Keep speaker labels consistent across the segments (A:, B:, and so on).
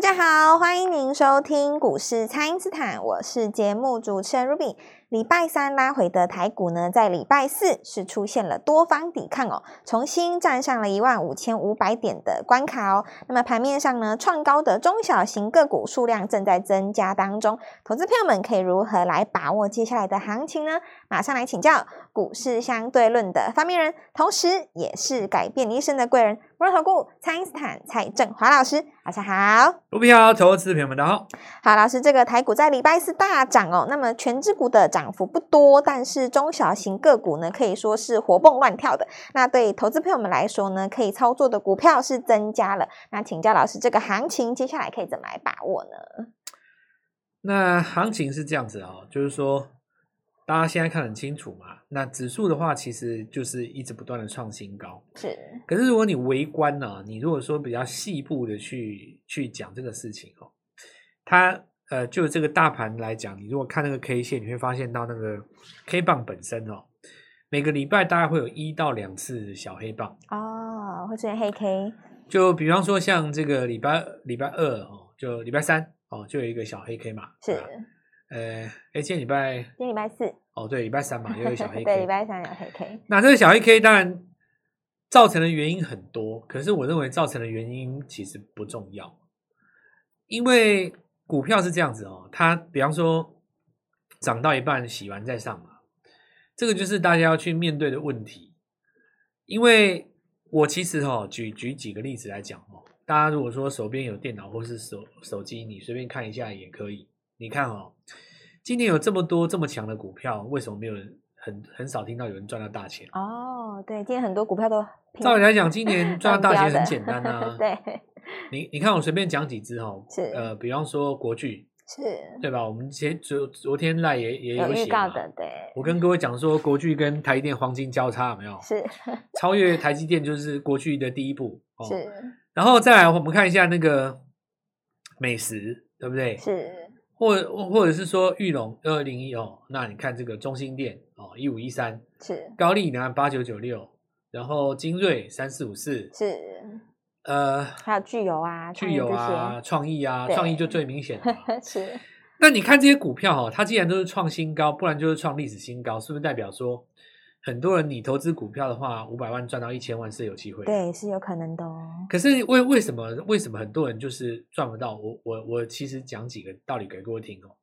A: 家好，欢迎您收听股市蔡因斯坦，我是节目主持人 Ruby。礼拜三拉回的台股呢，在礼拜四是出现了多方抵抗哦，重新站上了一万五千五百点的关卡哦。那么盘面上呢，创高的中小型个股数量正在增加当中，投资票们可以如何来把握接下来的行情呢？马上来请教股市相对论的发明人，同时也是改变你一生的贵人——摩头顾蔡因斯坦蔡振华老师，晚上好。
B: 卢比好，投资朋友们大家好。
A: 好，老师，这个台股在礼拜四大涨哦，那么全指股的涨幅不多，但是中小型个股呢，可以说是活蹦乱跳的。那对投资朋友们来说呢，可以操作的股票是增加了。那请教老师，这个行情接下来可以怎么来把握呢？
B: 那行情是这样子啊、就是说大家现在看得很清楚嘛。那指数的话，其实就是一直不断的创新高。
A: 是，
B: 可是如果你围观呢、你如果说比较细部的去去讲这个事情哦，它呃，就这个大盘来讲，你如果看那个 K 线，你会发现到那个 K 棒本身哦，每个礼拜大概会有一到两次小黑棒。
A: 哦，会出现黑 K，
B: 就比方说像这个礼拜礼拜二哦，就礼拜三哦，就有一个小黑 K 嘛。啊
A: 是
B: 对吧呃，哎，今天礼拜
A: 今天礼拜四，
B: 哦，对，礼拜三嘛，又有一个小 黑 K。
A: 对，礼拜三有黑 K，
B: 那这个小黑 K 当然造成的原因很多，可是我认为造成的原因其实不重要，因为股票是这样子哦，它比方说涨到一半洗完再上嘛，这个就是大家要去面对的问题。因为我其实哦，举举几个例子来讲哦，大家如果说手边有电脑或是手手机，你随便看一下也可以。你看哦，今年有这么多这么强的股票，为什么没有人很很少听到有人赚到大钱？
A: 哦，对，今天很多股票都拼
B: 照理来讲，今年赚到大
A: 标
B: 钱
A: 的
B: 很简单啊。
A: 对，
B: 你你看我随便讲几只哦，
A: 是
B: 呃，比方说国巨，
A: 是
B: 对吧？我们前昨昨天赖也也
A: 有预
B: 写
A: 告
B: 嘛
A: 的，对，
B: 我跟各位讲说，国巨跟台积电黄金交叉有没有？
A: 是
B: 超越台积电就是国巨的第一步哦。
A: 是
B: 然后再来，我们看一下那个美食，对不对？
A: 是，
B: 或或者是说玉龙二零一哦，那你看这个中心店哦，一五一三，
A: 是
B: 高丽呢八九九六，然后精锐三四五四，
A: 是，
B: 呃，
A: 还有巨油啊，创
B: 具
A: 意
B: 有
A: 这
B: 啊、创意啊，
A: 对
B: 创意就最明显了 嘛。
A: 些 是
B: 那你看这些股票哦，它既然都是创新高，不然就是创历史新高，是不是代表说很多人你投资股票的话，五百万赚到一千万是有机会？。
A: 对，是有可能的哦。
B: 可是为为什么为什么很多人就是赚不到？我我我其实讲几个道理给各位听哦，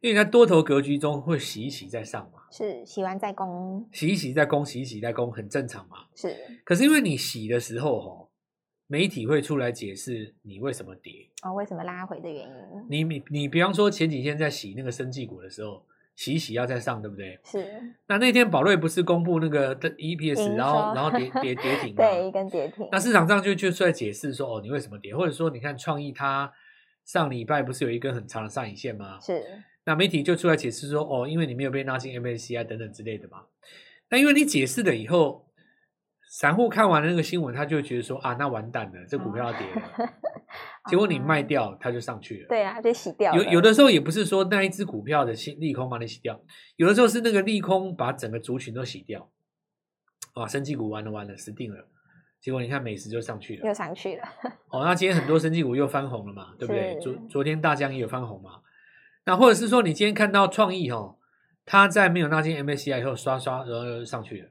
B: 因为你在多头格局中会洗一洗再上嘛，
A: 是洗完再攻，
B: 洗一洗再攻，洗一洗再攻，很正常嘛。
A: 是
B: 可是因为你洗的时候哦，媒体会出来解释你为什么跌，
A: 哦，为什么拉回的原因
B: 你你你，比方说前几天在洗那个生技股的时候，洗一洗要再上，对不对？
A: 是
B: 那那天宝瑞不是公布那个的 EPS，
A: 营
B: 然后
A: 收
B: 然后跌跌跌 停
A: 对一
B: 嘛？
A: 根跌停，
B: 那市场上就就出来解释说，哦，你为什么跌？或者说，你看创意它上礼拜不是有一根很长的上影线吗？
A: 是
B: 那媒体就出来解释说，哦，因为你没有被纳进 MSCI 啊等等之类的嘛。那因为你解释了以后，散户看完那个新闻，他就觉得说啊，那完蛋了，这股票要跌了。结果你卖
A: 啊
B: 掉，它就上去了。
A: 对啊，被洗掉
B: 有
A: 了
B: 有的时候也不是说那一只股票的新利空把你洗掉，有的时候是那个利空把整个族群都洗掉，啊，生技股完了完了，死定了。结果你看美食就上去
A: 又
B: 了，
A: 上去了，
B: 哦，那今天很多生技股又翻红了嘛，对不对？
A: 是
B: 昨昨天大疆也有翻红嘛，那或者是说你今天看到创意哦，它在没有纳进 MSCI 以后刷刷然后又上去了。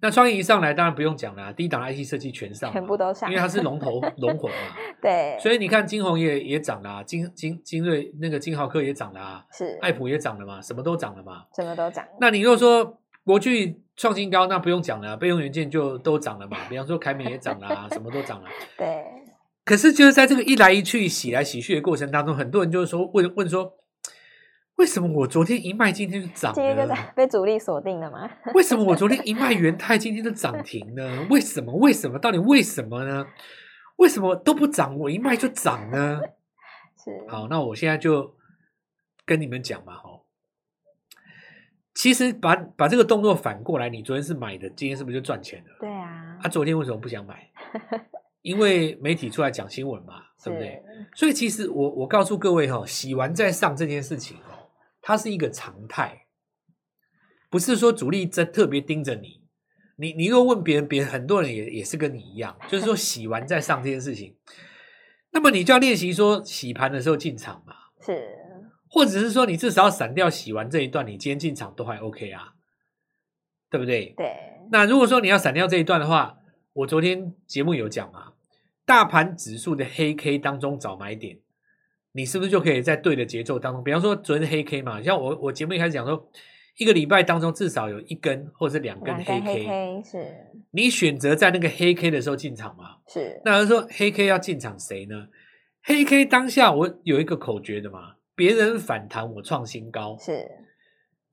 B: 那创意一上来，当然不用讲了、低档 IC 设计全上嘛，
A: 全部都上
B: 因为它是龙头龙魂嘛。
A: 对，
B: 所以你看，金红也也涨啦、金金金瑞那个金豪科也涨啦、
A: 是
B: 爱普也涨了嘛，什么都涨了嘛。
A: 什么都涨，
B: 那你如果说国巨创新高，那不用讲了、备用元件就都涨了嘛。比方说凯美也涨啦、什么都涨了。
A: 对
B: 可是就是在这个一来一去、洗来洗去的过程当中，很多人就是说问问说，为什么我昨天一卖今天就涨
A: 今天就
B: 了？
A: 在被主力锁定了嘛，
B: 为什么我昨天一卖元泰今天就涨停呢？为什么？为什么？到底为什么呢？为什么都不涨，我一卖就涨呢？
A: 是
B: 好，那我现在就跟你们讲嘛，吼。其实把把这个动作反过来，你昨天是买的，今天是不是就赚钱了？
A: 对啊
B: 啊，，昨天为什么不想买？因为媒体出来讲新闻嘛，对不对？
A: 是
B: 所以其实我我告诉各位哈、哦，洗完再上这件事情哦，它是一个常态，不是说主力在特别盯着你。你你若问别人，别人很多人也也是跟你一样，就是说洗完再上这件事情，那么你就要练习说洗盘的时候进场嘛，
A: 是，
B: 或者是说你至少要散掉洗完这一段，你今天进场都还 OK 啊，对不对？
A: 对，
B: 那如果说你要散掉这一段的话，我昨天节目有讲嘛，大盘指数的黑 K 当中找买点，你是不是就可以在对的节奏当中？比方说昨天的黑 K 嘛，像我我节目一开始讲说，一个礼拜当中至少有一根或者是两根
A: 两
B: 黑
A: 根
B: K，
A: 黑 K 是
B: 你选择在那个黑 K 的时候进场嘛？
A: 是，
B: 那他说黑 K 要进场谁呢？黑 K 当下我有一个口诀的嘛，别人反弹我创新高，
A: 是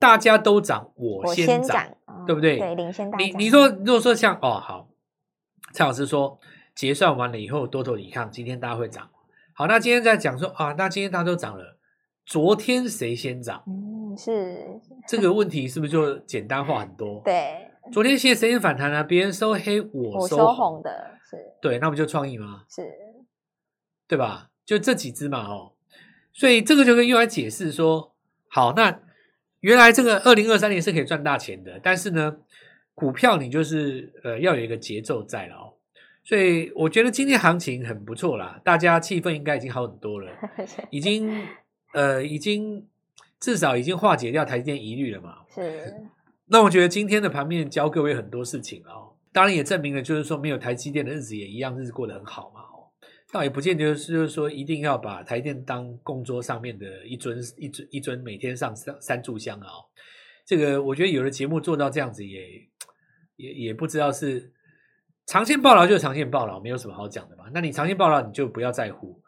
B: 大家都涨我
A: 我
B: 先
A: 先
B: 涨。
A: 涨，嗯
B: 对不对
A: 对，领先大
B: 你
A: 涨
B: 你说如果说像哦好，蔡老师说结算完了以后多头抵抗，今天大家会涨。好，那今天在讲说啊，那今天大家都涨了，昨天谁先涨？
A: 嗯是，
B: 这个问题是不是就简单化很多？，
A: 对，
B: 昨天先谁先反弹啊？别人收黑，我
A: 我
B: 收
A: 收
B: 红
A: 红。的是
B: 对，那不就创意吗？
A: 是，
B: 对吧？就这几只嘛，哦，所以这个就可以用来解释说，好，那原来这个二零二三年是可以赚大钱的，但是呢，股票你就是呃要有一个节奏在了哦。所以我觉得今天行情很不错啦，大家气氛应该已经好很多了， 已经呃已经至少已经化解掉台积电疑虑了嘛。
A: 是
B: 那我觉得今天的盘面教各位很多事情了哦，当然也证明了，就是说没有台积电的日子也一样，日子过得很好嘛哦。倒也不见得是就是说一定要把台电当供桌上面的一尊一尊一尊每天上三三炷香啊、哦。这个我觉得有的节目做到这样子也也也不知道是长线报牢就是长线报牢，没有什么好讲的嘛。那你长线报牢你就不要在乎，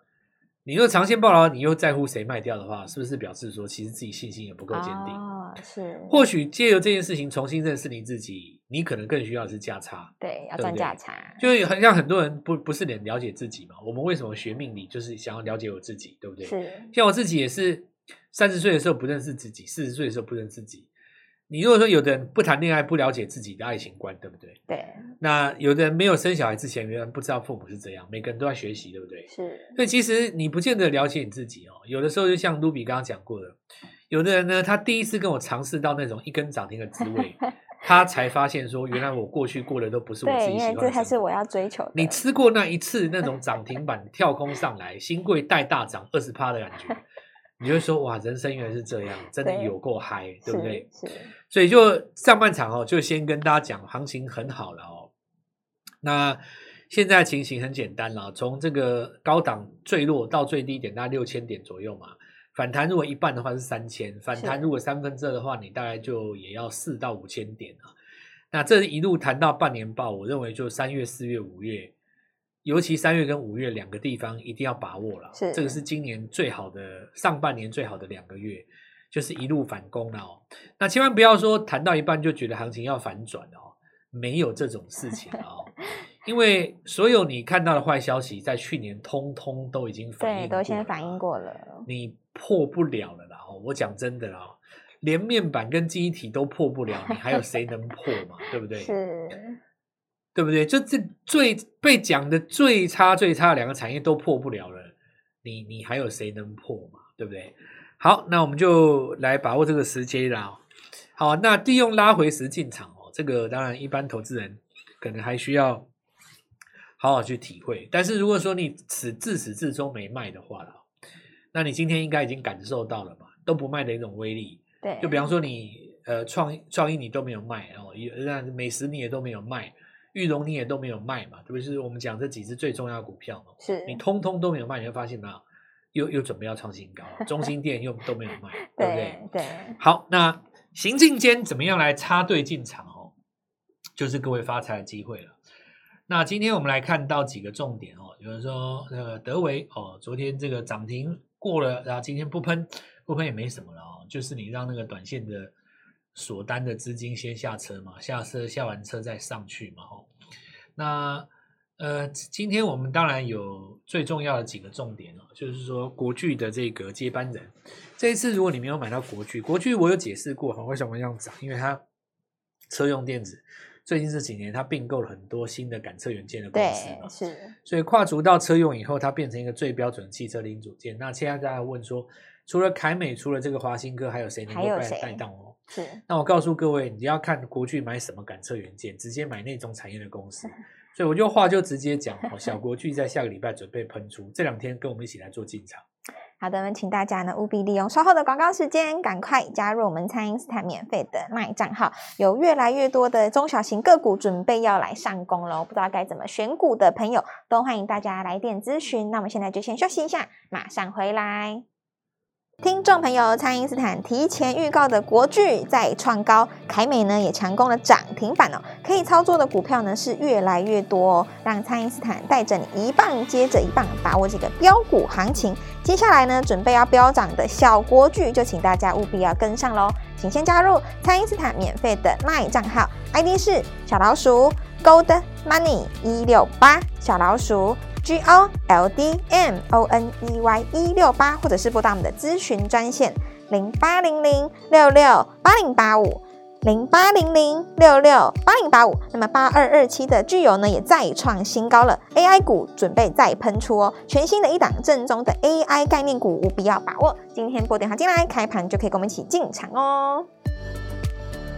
B: 你若长线报牢你又在乎谁卖掉的话，是不是表示说其实自己信心也不够坚定？
A: 哦是，
B: 或许借由这件事情重新认识你自己，你可能更需要的是价差。
A: 对要
B: 对不
A: 赚
B: 对
A: 价差，
B: 就是很像很多人不不是很了解自己嘛。我们为什么学命理，就是想要了解我自己，对不对？
A: 是
B: 像我自己也是，三十岁的时候不认识自己，四十岁的时候不认识自己。你如果说有的人不谈恋爱，不了解自己的爱情观，对不对？
A: 对
B: 那有的人没有生小孩之前，原来不知道父母是这样，每个人都在学习，对不对？
A: 是
B: 所以其实你不见得了解你自己哦。有的时候就像卢比刚刚讲过的，有的人呢，他第一次跟我尝试到那种一根涨停的滋 味，他才发现说，原来我过去过的都不是我自
A: 对，
B: 己
A: 因
B: 喜欢
A: 为
B: 的。
A: 这才是我。要追求的，
B: 你吃过那一次那种涨停板跳空上来，新贵带大涨二十趴的感 觉，你就会说哇，人生原来是这样，真的
A: 对
B: 有够嗨，对不对？
A: 是是
B: 所以就上半场哦，就先跟大家讲，行情很好了哦。那现在情形很简单啦，从这个高档坠落到最低点，大概六千点左右嘛。反弹如果一半的话是三千，反弹
A: 是
B: 如果三分之二的话，你大概就也要四到五千点啊。那这一路谈到半年报，我认为就三月、四月、五月，尤其三月跟五月两个地方一定要把握了。
A: 是
B: 这个是今年最好的上半年最好的两个月，就是一路反攻了哦。那千万不要说谈到一半就觉得行情要反转哦，没有这种事情 哦。因为所有你看到的坏消息，在去年通通都已经反
A: 对
B: 映，
A: 都先
B: 了
A: 反应过了，
B: 你破不了了啦！哦，我讲真的啦、哦，连面板跟记忆体都破不了，你还有谁能破嘛？对不 对？
A: 是
B: 对不对？就这最被讲的最差最差的两个产业都破不了了，你你还有谁能破嘛？对不对？好，那我们就来把握这个时间啦哦。好，那利用拉回时进场哦，这个当然一般投资人可能还需要好好去体会。但是如果说你此自始至终没卖的话啦，那你今天应该已经感受到了嘛，都不卖的一种威力。
A: 对，
B: 就比方说你呃创意创意你都没有卖哦，也那美食你也都没有卖，玉龙你也都没有卖嘛，对不对？就是我们讲这几只最重要的股票嘛，
A: 是
B: 你通通都没有卖，你会发现啊，又又准备要创新高了，中心店又都没有卖，对不对？
A: 对对
B: 好，那行进间怎么样来插队进场哦？就是各位发财的机会了。那今天我们来看到几个重点哦，有人说那个德维哦，昨天这个涨停过了，然后今天不喷，不喷也没什么了哦，就是你让那个短线的锁单的资金先下车嘛，下车下完车再上去嘛哦。那呃，今天我们当然有最重要的几个重点哦，就是说国巨的这个接班人，这一次如果你没有买到国巨，国巨我有解释过哈，为什么要涨，因为它车用电子最近这几年它并购了很多新的感测元件的公司
A: 对，
B: 嘛
A: 是
B: 所以跨足到车用以后，它变成一个最标准的汽车零组件。那现在大家问说，除了凯美，除了这个华新科，还有谁能够
A: 还有
B: 带
A: 谁
B: 带动哦？
A: 是
B: 那我告诉各位，你要看国巨买什么感测元件，直接买那种产业的公司。所以我就话就直接讲哦，小国巨在下个礼拜准备喷出，这两天跟我们一起来做进场。
A: 好的，那请大家呢务必利用稍后的广告时间，赶快加入我们蔡因斯坦免费的 LINE 账号。有越来越多的中小型个股准备要来上攻喽，不知道该怎么选股的朋友，都欢迎大家来电咨询。那我们现在就先休息一下，马上回来。听众朋友，蔡因斯坦提前预告的国巨在创高，凯美呢也强攻了涨停板哦。可以操作的股票呢是越来越多哦，让蔡因斯坦带着你一棒接着一棒把握这个标股行情。接下来呢，准备要飙涨的小国巨，就请大家务必要跟上喽。请先加入蔡因斯坦免费的 LINE 账号，ID 是小老鼠 Gold Money 一六八小老鼠。G O L D M O N E Y 一六八，或者是拨打我们的咨询专线零八零零六六八零八五零八零零六六八零八五。那么八二二七的巨友呢，也再创新高了，AI 股准备再喷出哦。全新的一档正宗的 AI 概念股，务必要把握。今天拨电话进来，开盘就可以跟我们一起进场哦。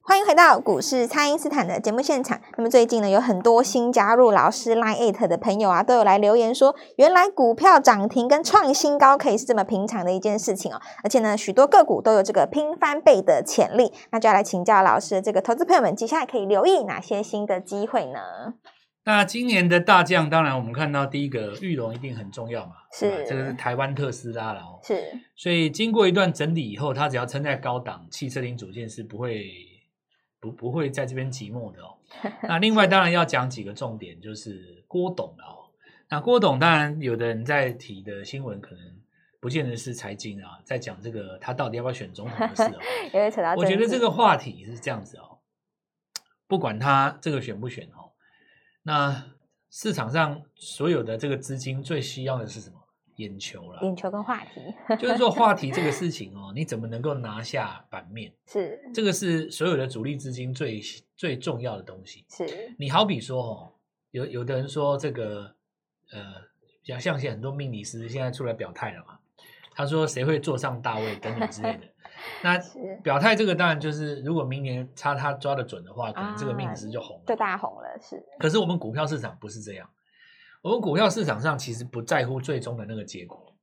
A: 欢迎回到股市，蔡因斯坦的节目现场。那么最近呢，有很多新加入老师 Line It 的朋友啊，都有来留言说，原来股票涨停跟创新高可以是这么平常的一件事情哦。而且呢，许多个股都有这个拼翻倍的潜力。那就要来请教老师，这个投资朋友们接下来可以留意哪些新的机会呢？
B: 那今年的大将，当然我们看到第一个玉龙一定很重要嘛，
A: 是
B: 对吧这个是台湾特斯拉了哦。
A: 是
B: 所以经过一段整理以后，它只要撑在高档，汽车零组件是不会不不会在这边寂寞的哦。那另外当然要讲几个重点，就是郭董了哦。那郭董当然有的人在提的新闻，可能不见得是财经啊，在讲这个他到底要不要选总统的事哦。
A: 有点扯到
B: 我觉
A: 政
B: 得
A: 治
B: 这个话题是这样子哦，不管他这个选不选哦，那市场上所有的这个资金最需要的是什么？眼球啦，
A: 眼球跟话题
B: 就是说话题这个事情哦，你怎么能够拿下版面？
A: 是
B: 这个是所有的主力资金最最重要的东西。
A: 是
B: 你好比说哦，有有的人说这个呃，比较像现在很多命理师现在出来表态了嘛，他说谁会坐上大位等等之类的。那
A: 是，
B: 表态这个当然就是，如果明年他他抓得准的话，可能这个命理师就红了。
A: 就大红了，是
B: 可是我们股票市场不是这样，我们股票市场上其实不在乎最终的那个结果，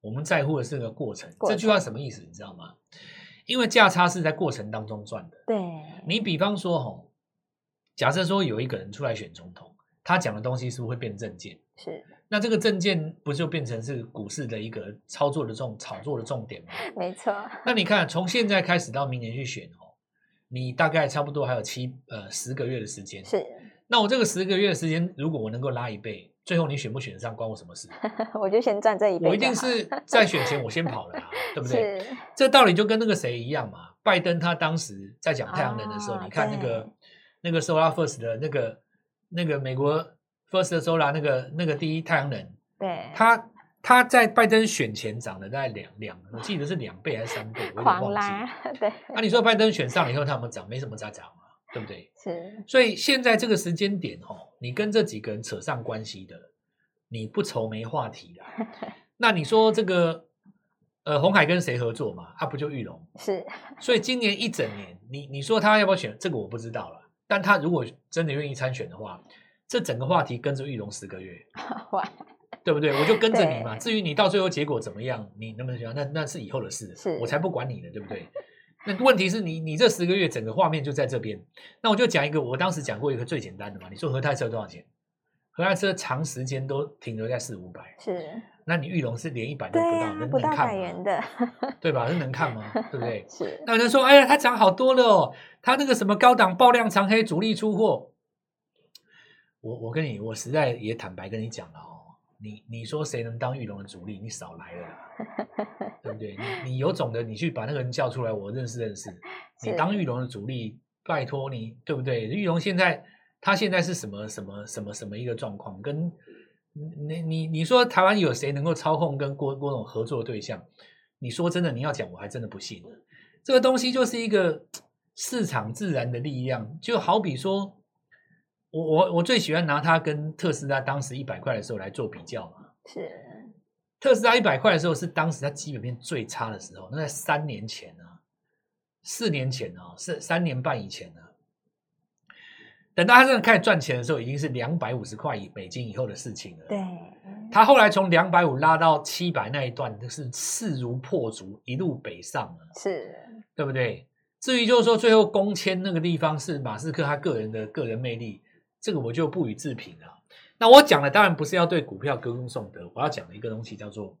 B: 我们在乎的是个过程。
A: 过程
B: 这句话什么意思？你知道吗？因为价差是在过程当中赚的。
A: 对，
B: 你比方说，吼，假设说有一个人出来选总统，他讲的东西是不是会变证件？
A: 是
B: 那这个证件不就变成是股市的一个操作的重炒作的重点吗？
A: 没错，
B: 那你看，从现在开始到明年去选哦，你大概差不多还有七呃十个月的时间。
A: 是，
B: 那我这个十个月的时间，如果我能够拉一倍，最后你选不选上关我什么 事？
A: 我就先赚这一杯就好，
B: 我一定是在选前我先跑了啦，啊对不对？
A: 是
B: 这道理就跟那个谁一样嘛。拜登他当时在讲太阳能的时候，
A: 啊
B: 你看那
A: 对
B: 个那个 Solar First 的那个那个美国 First Solar 那个那个第一太阳能，
A: 对，
B: 他他在拜登选前涨了大概两两，我记得是两倍还是三倍，我有点
A: 狂
B: 忘记了。
A: 拉，对，
B: 那、你说拜登选上了以后，他们涨没什么咋涨嘛，对不对？
A: 是
B: 所以现在这个时间点哦，你跟这几个人扯上关系的，你不愁没话题啦。那你说这个呃，红海跟谁合作嘛？啊，不就玉龙？
A: 是
B: 所以今年一整年，你你说他要不要选？这个我不知道了。但他如果真的愿意参选的话，这整个话题跟着玉龙十个月，
A: 哇，
B: 对不对？我就跟着你嘛。
A: 对
B: 至于你到最后结果怎么样，你能不能选上，那那是以后的事
A: 是，
B: 我才不管你呢，对不对？那问题是你，你这十个月整个画面就在这边。那我就讲一个，我当时讲过一个最简单的嘛。你说和泰车多少钱？和泰车长时间都停留在四五百，
A: 是，
B: 那你玉龙是连一百都
A: 对
B: 不到，
A: 啊，
B: 能
A: 不到
B: 能
A: 百
B: 看
A: 元
B: 吗？
A: 的，？
B: 对吧？这能看吗？对不对
A: 是
B: 那有人说，哎呀，它涨好多了哦，它那个什么高档爆量长黑主力出货。我我跟你，我实在也坦白跟你讲了哦，你你说谁能当玉龙的主力，你少来了啊，对不对？你你有种的，你去把那个人叫出来，我认识认识。你
A: 是
B: 当玉龙的主力，拜托你，对不对？玉龙现在他现在是什么什么什么什么一个状况？跟你你你说台湾有谁能够操控跟郭郭董合作的对象？你说真的，你要讲，我还真的不信。这个东西就是一个市场自然的力量，就好比说，我我我最喜欢拿它跟特斯拉当时一百块的时候来做比较嘛。
A: 是，
B: 特斯拉一百块的时候是当时它基本面最差的时候，那在三年前啊，四年前啊，是三年半以前啊，等到它真的开始赚钱的时候，已经是两百五十块以美金以后的事情了。
A: 对，
B: 它后来从两百五拉到七百那一段，就是势如破竹，一路北上啊了，
A: 是，
B: 对不对？至于就是说最后公签那个地方是马斯克他个人的个人魅力，这个我就不予置评了。那我讲的当然不是要对股票歌功颂德，我要讲的一个东西叫做，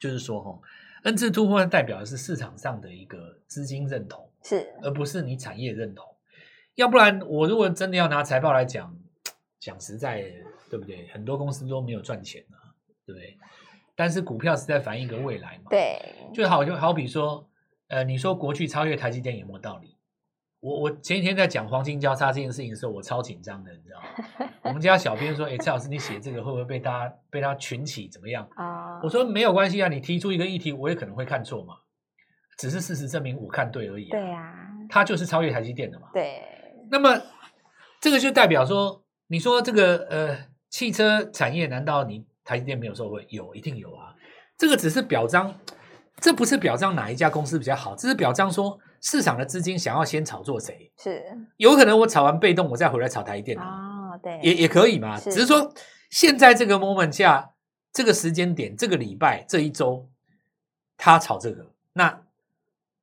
B: 就是说哈、n 字突破代表的是市场上的一个资金认同。
A: 是，
B: 而不是你产业认同。要不然，我如果真的要拿财报来讲，讲实在的，对不对？很多公司都没有赚钱啊，对不对？但是股票是在反映一个未来嘛，，
A: 对，
B: 就好就好比说，呃，你说国巨超越台积电有没有道理？我我前几天在讲黄金交叉这件事情的时候，我超紧张的，你知道吗？我们家小编说：“哎、蔡老师，你写这个会不会被大家被他群起怎么样？”
A: 啊，
B: 我说：“没有关系啊，你提出一个议题，我也可能会看错嘛，只是事实证明我看对而已、
A: 对啊呀，
B: 它就是超越台积电的嘛。
A: 对，
B: 那么这个就代表说，你说这个呃汽车产业，难道你台积电没有受惠？有，一定有啊。这个只是表彰，这不是表彰哪一家公司比较好，这是表彰说市场的资金想要先炒作谁。
A: 是，
B: 有可能我炒完被动，我再回来炒台积电啊，
A: 哦，对，
B: 也也可以嘛。
A: 是
B: 只是说现在这个 moment 下，这个时间点，这个礼拜这一周，他炒这个，那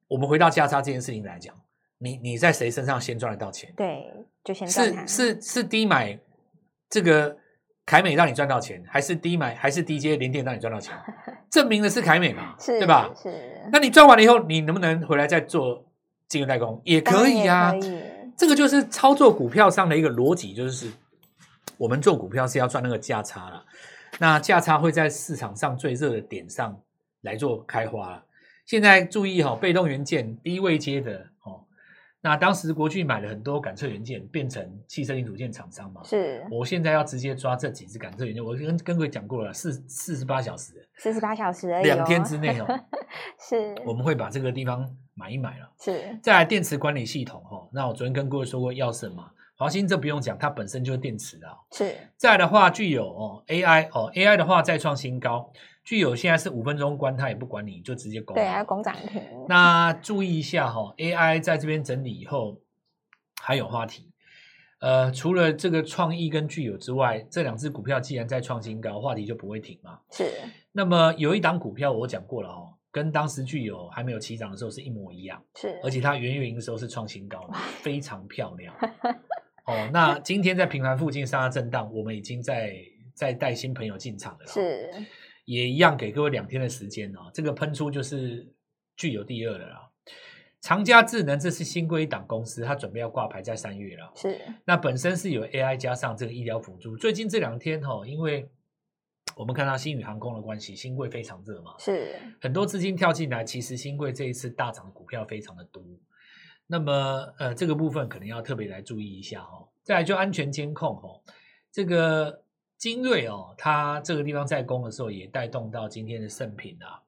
B: 我们回到价差这件事情来讲。你你在谁身上先赚得到钱？
A: 对，就先赚它
B: 是是是低买这个凯美让你赚到钱，还是低买还是低接联电让你赚到钱？证明的是凯美嘛，
A: 是，
B: 对吧？
A: 是，
B: 那你赚完了以后，你能不能回来再做金融代工？也
A: 当
B: 可
A: 然
B: 以
A: 也
B: 啊
A: 可。以，
B: 这个就是操作股票上的一个逻辑，就是我们做股票是要赚那个价差了。那价差会在市场上最热的点上来做开花了。现在注意哈、哦，被动元件低位接的哦，那当时国巨买了很多感测元件，变成汽车零组件厂商嘛。
A: 是
B: 我现在要直接抓这几只感测元件，我跟跟各位讲过了，四四十八小时，
A: 四十八小时而已，
B: 两天之，内哦，
A: 是，
B: 我们会把这个地方买一买了。
A: 是，
B: 再来电池管理系统哦，那我昨天跟各位说过药圣嘛，华兴这不用讲，它本身就是电池啊。
A: 是，
B: 再来的话，具有哦 AI 哦 AI 的话再创新高，具有现在是五分钟关它也不管你，就直接攻。
A: 对，还啊要。攻涨停，
B: 那注意一下哈、哦、，AI 在这边整理以后还有话题。呃，除了这个创意跟具有之外，这两只股票既然在创新高，话题就不会停嘛。
A: 是，
B: 那么有一档股票我讲过了哦，跟当时具有还没有起涨的时候是一模一样。
A: 是，
B: 而且它元月营收是创新高的，非常漂亮。 哦，那今天在平盘附近上下震荡，我们已经在在带新朋友进场了啦，
A: 是，
B: 也一样给各位两天的时间哦。这个喷出就是具有第二了啦。长嘉智能这是新规档公司，它准备要挂牌在三月了。
A: 是，
B: 那本身是有 AI 加上这个医疗辅助，最近这两天哦，因为我们看到新宇航空的关系，新贵非常热嘛，
A: 是，
B: 很多资金跳进来，其实新贵这一次大涨的股票非常的多。那么，呃，这个部分可能要特别来注意一下哦。再来就安全监控哦，这个精锐哦，它这个地方在攻的时候也带动到今天的盛品啊。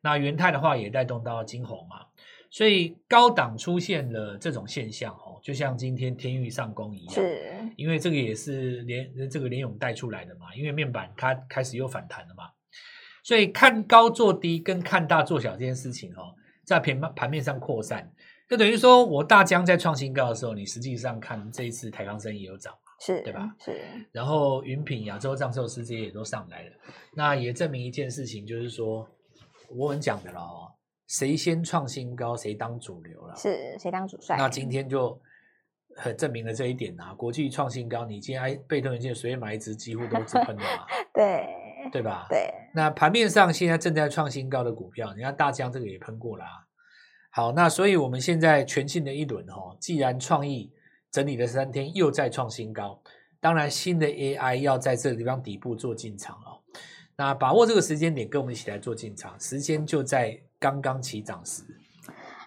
B: 那元泰的话也带动到金红嘛，所以高档出现了这种现象哦，就像今天天域上攻一样。
A: 是，
B: 因为这个也是联这个联勇带出来的嘛，因为面板它开始又反弹了嘛，所以看高做低跟看大做小这件事情哦，在盘盘面上扩散，就等于说我大疆在创新高的时候，你实际上看这一次台康生也有涨，
A: 是，
B: 对吧？
A: 是，
B: 然后云品、亚洲藏寿司这些也都上来了，那也证明一件事情，就是说我们讲的了哦，谁先创新高谁当主流了，
A: 是，谁当主帅？
B: 那今天就很证明了这一点啊，国际创新高，你今天哎 I- 被动元件随便买一只，几乎都是喷的嘛，
A: 对，
B: 对吧？。
A: 对，
B: 那盘面上现在正在创新高的股票，你看大疆这个也喷过了啊。好，那所以我们现在全新的一轮哦，既然创意整理了三天又再创新高，当然新的 AI 要在这个地方底部做进场哦。那把握这个时间点，跟我们一起来做进场，时间就在刚刚起涨时。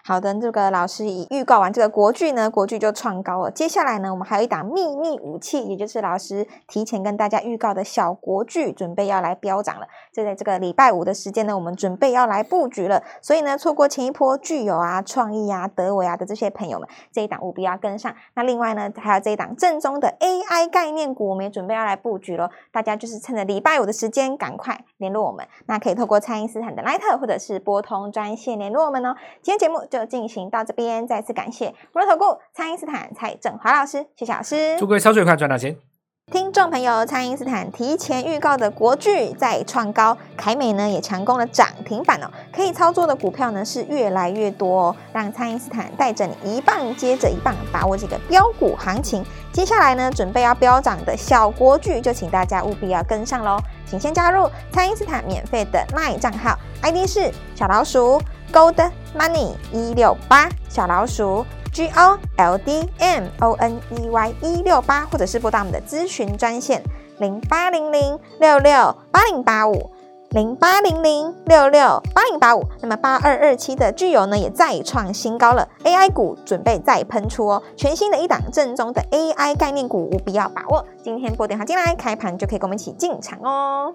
A: 好的，这个老师已预告完这个国剧呢，国剧就创高了。接下来呢，我们还有一档秘密武器，也就是老师提前跟大家预告的小国剧，准备要来飙涨了。就在这个礼拜五的时间呢，我们准备要来布局了。所以呢，错过前一波具有啊、创意啊、德维啊的这些朋友们，这一档务必要跟上。那另外呢，还有这一档正宗的 AI 概念股，我们也准备要来布局了。大家就是趁着礼拜五的时间，赶快联络我们。那可以透过蔡因斯坦的 Line 或者是拨通专线联络我们哦。今天节目就。就进行到这边，再次感谢摩头顾、蔡因斯坦、蔡振华老师，谢谢老师
B: 祝。各位操作愉快，赚大钱！
A: 听众朋友，蔡因斯坦提前预告的国巨再创高，凯美呢也强攻了涨停板哦。可以操作的股票呢是越来越多哦，让蔡因斯坦带着你一棒接着一棒把握这个标股行情。接下来呢，准备要飙涨的小国巨，就请大家务必要跟上喽。请先加入蔡因斯坦免费的 LINE 账号，ID 是小老鼠 Gold Money 一六八，小老鼠 G O L D M O N E Y 一六八，或者是拨打我们的咨询专线零八零零六六八零八五。零八零零六六八零八五，那么八二二七的巨友呢也再创新高了，AI 股准备再喷出哦，全新的一档正宗的 AI 概念股，务必要把握。今天拨电话进来，开盘就可以跟我们一起进场哦。